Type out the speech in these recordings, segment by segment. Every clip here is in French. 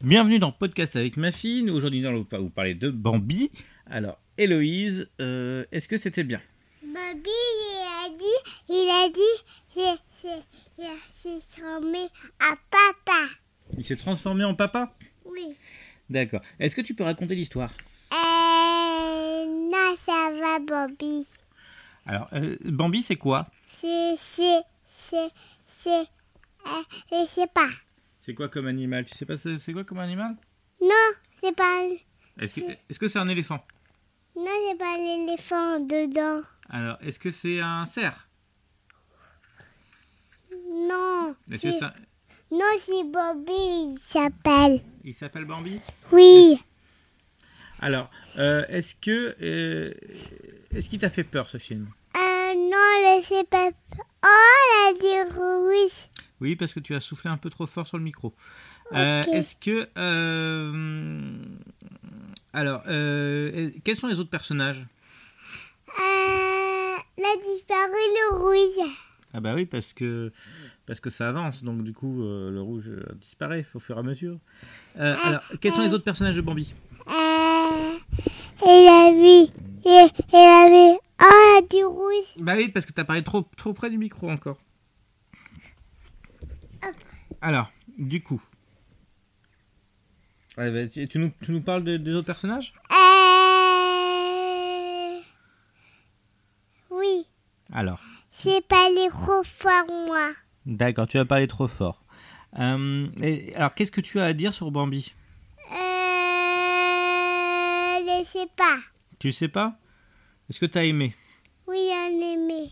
Bienvenue dans Podcast avec ma fille. Nous, aujourd'hui, nous allons vous parler de Bambi. Alors, Héloïse, euh, est-ce que c'était bien Bobby, il a dit, il a dit, c'est- c'est- il a- s'est transformé à papa. Il s'est transformé en papa Oui. D'accord. Est-ce que tu peux raconter l'histoire Euh, non, ça va, Bobby. Alors, euh, Bambi, c'est quoi C'est, c'est, c'est, c'est, euh, je sais pas. C'est quoi comme animal Tu sais pas c'est c'est quoi comme animal Non, c'est pas, Est-ce que est-ce que c'est un éléphant non, j'ai pas l'éléphant dedans. Alors, est-ce que c'est un cerf Non. Est-ce que c'est- c'est un- Non, c'est Bobby, il s'appelle. Il s'appelle Bambi Oui. Alors, euh, est-ce que euh, est-ce qu'il t'a fait peur ce film Euh, non, le c'est pas. Oh, la dit oui. Oui, parce que tu as soufflé un peu trop fort sur le micro. Euh, Ok. Est-ce que euh, alors euh, quels sont les autres personnages Euh, la disparu le rouge. Ah bah oui, parce que parce que ça avance, donc du coup euh, le rouge euh, disparaît au fur et à mesure. Euh, alors, quels sont les autres personnages de Bambi Euh, et la vie. Et, et la vie. Oh, la du rouge. Bah oui, parce que t'as parlé trop trop près du micro encore. Alors, du coup. Ah bah, tu, tu nous, tu nous parles de- des autres personnages Euh, oui, Alors. j'ai pas les trop fort, moi. D'accord, tu as parlé trop fort. Euh, et- alors, qu'est-ce que tu as à dire sur Bambi Euh, je sais pas. Tu sais pas Est-ce que tu as aimé Oui, on aimé.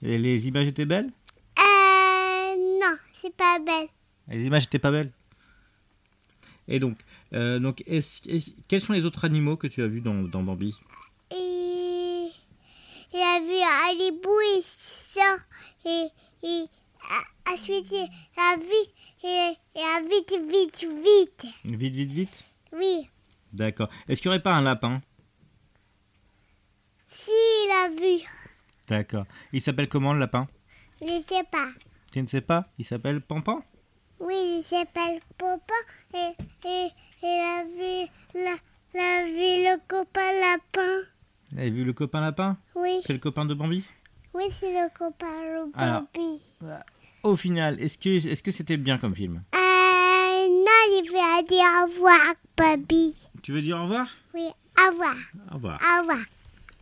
Et Les images étaient belles Euh, non, c'est pas belle. Les images étaient pas belles Et donc, euh, donc est-ce- est-ce- quels sont les autres animaux que tu as vus dans, dans Bambi Et il a vu Alibou, il sort et, et a- ensuite il a vite, et, et a vite, vite, vite. Vite, vite, vite Oui, D'accord. Est-ce qu'il n'y aurait pas un lapin si il a vu, D'accord. Il s'appelle comment le lapin je sais pas. Tu ne sais pas Il s'appelle Pampan Oui, il s'appelle Papa et, et il a vu, la, la vu le copain lapin. Vous avez vu le copain lapin Oui, C'est le copain de Bambi oui, c'est le copain le Alors. bébé. Au final, est-ce que est-ce que c'était bien comme film Euh, non, il veut dire au revoir, Bobby. Tu veux dire au revoir Oui, au revoir, Au revoir. au revoir.